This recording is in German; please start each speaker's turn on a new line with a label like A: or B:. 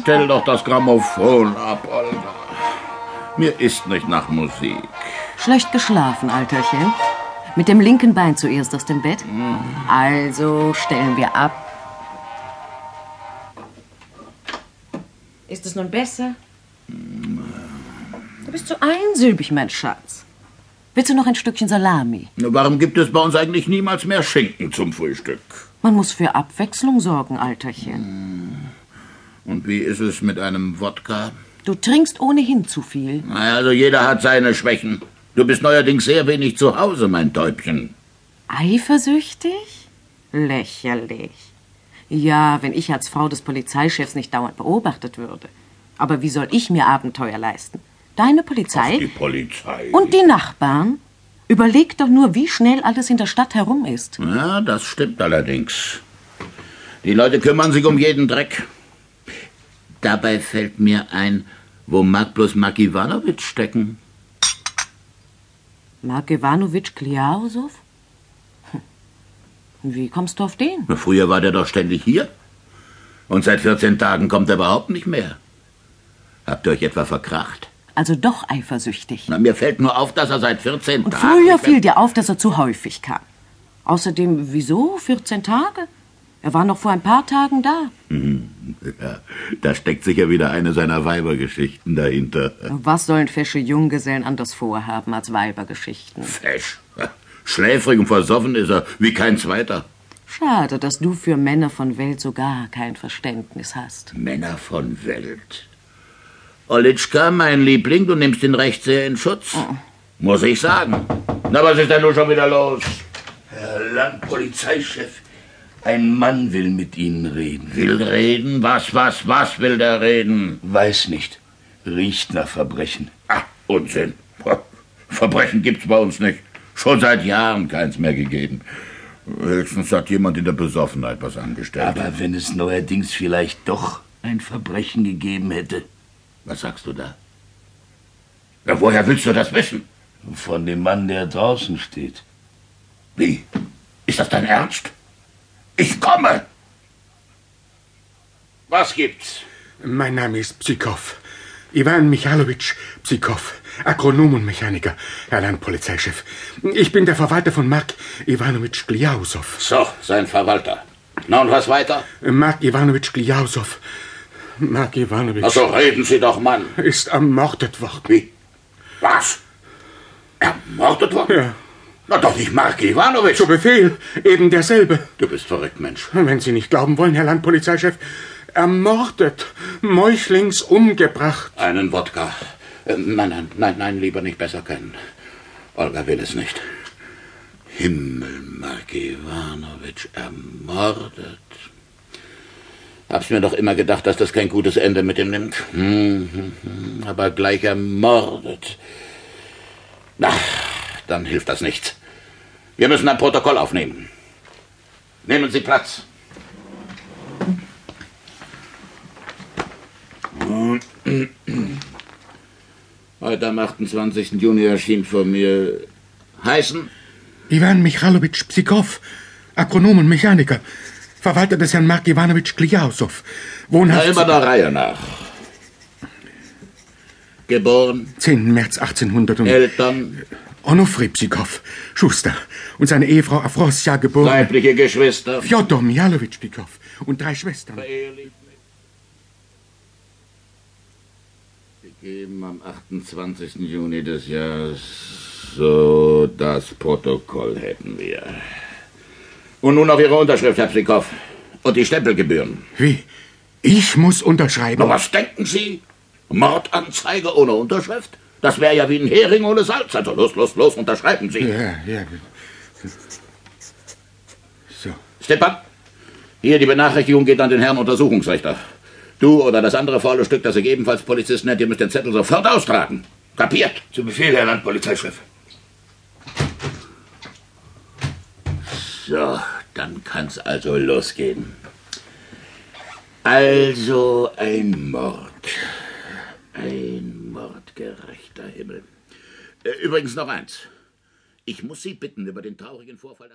A: Stell doch das Grammophon ab, Olga. Mir ist nicht nach Musik.
B: Schlecht geschlafen, Alterchen. Mit dem linken Bein zuerst aus dem Bett. Also stellen wir ab. Ist es nun besser? Du bist so einsilbig, mein Schatz. Willst du noch ein Stückchen Salami?
A: Warum gibt es bei uns eigentlich niemals mehr Schinken zum Frühstück?
B: Man muss für Abwechslung sorgen, Alterchen.
A: Und wie ist es mit einem Wodka?
B: Du trinkst ohnehin zu viel.
A: Na, Also jeder hat seine Schwächen. Du bist neuerdings sehr wenig zu Hause, mein Täubchen.
B: Eifersüchtig? Lächerlich. Ja, wenn ich als Frau des Polizeichefs nicht dauernd beobachtet würde. Aber wie soll ich mir Abenteuer leisten? Deine Polizei
A: Die Polizei.
B: und die Nachbarn? Überleg doch nur, wie schnell alles in der Stadt herum ist.
A: Ja, das stimmt allerdings. Die Leute kümmern sich um jeden Dreck. Dabei fällt mir ein, wo mag bloß Mark Iwanowitsch stecken?
B: Mark Iwanowitsch Kliausow? Hm. Wie kommst du auf den?
A: Na, Früher war der doch ständig hier. Und seit 14 Tagen kommt er überhaupt nicht mehr. Habt ihr euch etwa verkracht?
B: Also doch eifersüchtig.
A: Na, mir fällt nur auf, dass er seit 14
B: Und
A: Tagen...
B: früher fiel dir auf, dass er zu häufig kam. Außerdem, wieso 14 Tage? Er war noch vor ein paar Tagen da.
A: Ja, da steckt sicher wieder eine seiner Weibergeschichten dahinter.
B: Was sollen fesche Junggesellen anders vorhaben als Weibergeschichten?
A: Fesch. Schläfrig und versoffen ist er, wie kein zweiter.
B: Schade, dass du für Männer von Welt so gar kein Verständnis hast.
A: Männer von Welt. Olitschka, mein Liebling, du nimmst ihn recht sehr in Schutz.
B: Oh.
A: Muss ich sagen. Na, was ist denn nun schon wieder los?
C: Herr Landpolizeichef, ein Mann will mit Ihnen reden.
A: Will reden? Was, was, was will der reden?
C: Weiß nicht. Riecht nach Verbrechen.
A: Ah, Unsinn. Verbrechen gibt's bei uns nicht. Schon seit Jahren keins mehr gegeben. Höchstens hat jemand in der Besoffenheit was angestellt.
C: Aber wenn es neuerdings vielleicht doch ein Verbrechen gegeben hätte.
A: was sagst du da? Ja, woher willst du das wissen?
C: Von dem Mann, der draußen steht.
A: Wie? Ist das dein Ernst? Ich komme! Was gibt's?
D: Mein Name ist Psikow. Ivan Michalowitsch Psikow, Agronom und Mechaniker, Herr Landpolizeichef. Ich bin der Verwalter von Mark Iwanowitsch Gliausow.
A: So, sein Verwalter. Na und was weiter?
D: Mark Iwanowitsch Gliausow. Mark Iwanowitsch
A: Also reden Sie doch, Mann.
D: ist ermordet worden.
A: Wie? Was? Ermordet worden?
D: Ja.
A: Na doch nicht Mark Iwanowitsch.
D: Zu Befehl, eben derselbe.
A: Du bist verrückt, Mensch.
D: Wenn Sie nicht glauben wollen, Herr Landpolizeichef, ermordet, meuchlings umgebracht.
A: Einen Wodka. Äh, Nein, nein, nein, nein, lieber nicht besser kennen. Olga will es nicht. Himmel, Mark Iwanowitsch ermordet. Hab's mir doch immer gedacht, dass das kein gutes Ende mit ihm nimmt. Hm, hm, hm, Aber gleich ermordet. Na, dann hilft das nichts. Wir müssen ein Protokoll aufnehmen. Nehmen Sie Platz. Heute am 28. Juni erschien vor mir Heißen
D: Ivan Michalowitsch Psikow, Agronom und Mechaniker, Verwalter des Herrn Mark Iwanowitsch Gliausow,
A: Na,
D: wohnhaft
A: immer der Reihe nach. Geboren,
D: 10. März 1800 und
A: Eltern,
D: Onofre Psikow, Schuster und seine Ehefrau Afrosja geboren.
A: leibliche Geschwister.
D: Fjodor Mihalowitsch Psikow und drei Schwestern.
A: Gegeben am 28. Juni des Jahres. So, das Protokoll hätten wir. Und nun noch Ihre Unterschrift, Herr Psikow. Und die Stempelgebühren.
D: Wie? Ich muss
A: Na,
D: unterschreiben.
A: was denken Sie? Mordanzeige ohne Unterschrift? Das wäre ja wie ein Hering ohne Salz. Also los, los, los, unterschreiben Sie.
D: Ja, ja. genau. So.
A: Stepan, hier die Benachrichtigung geht an den Herrn Untersuchungsrichter. Du oder das andere faule Stück, das sich ebenfalls Polizist nennt, ihr müsst den Zettel sofort austragen. Kapiert?
C: Zu Befehl, Herr Landpolizeichef.
A: So, dann kann's also losgehen. Also ein Mord. Ein Mord, gerechter Himmel. Äh, Übrigens noch eins. Ich muss Sie bitten über den traurigen Vorfall, dass...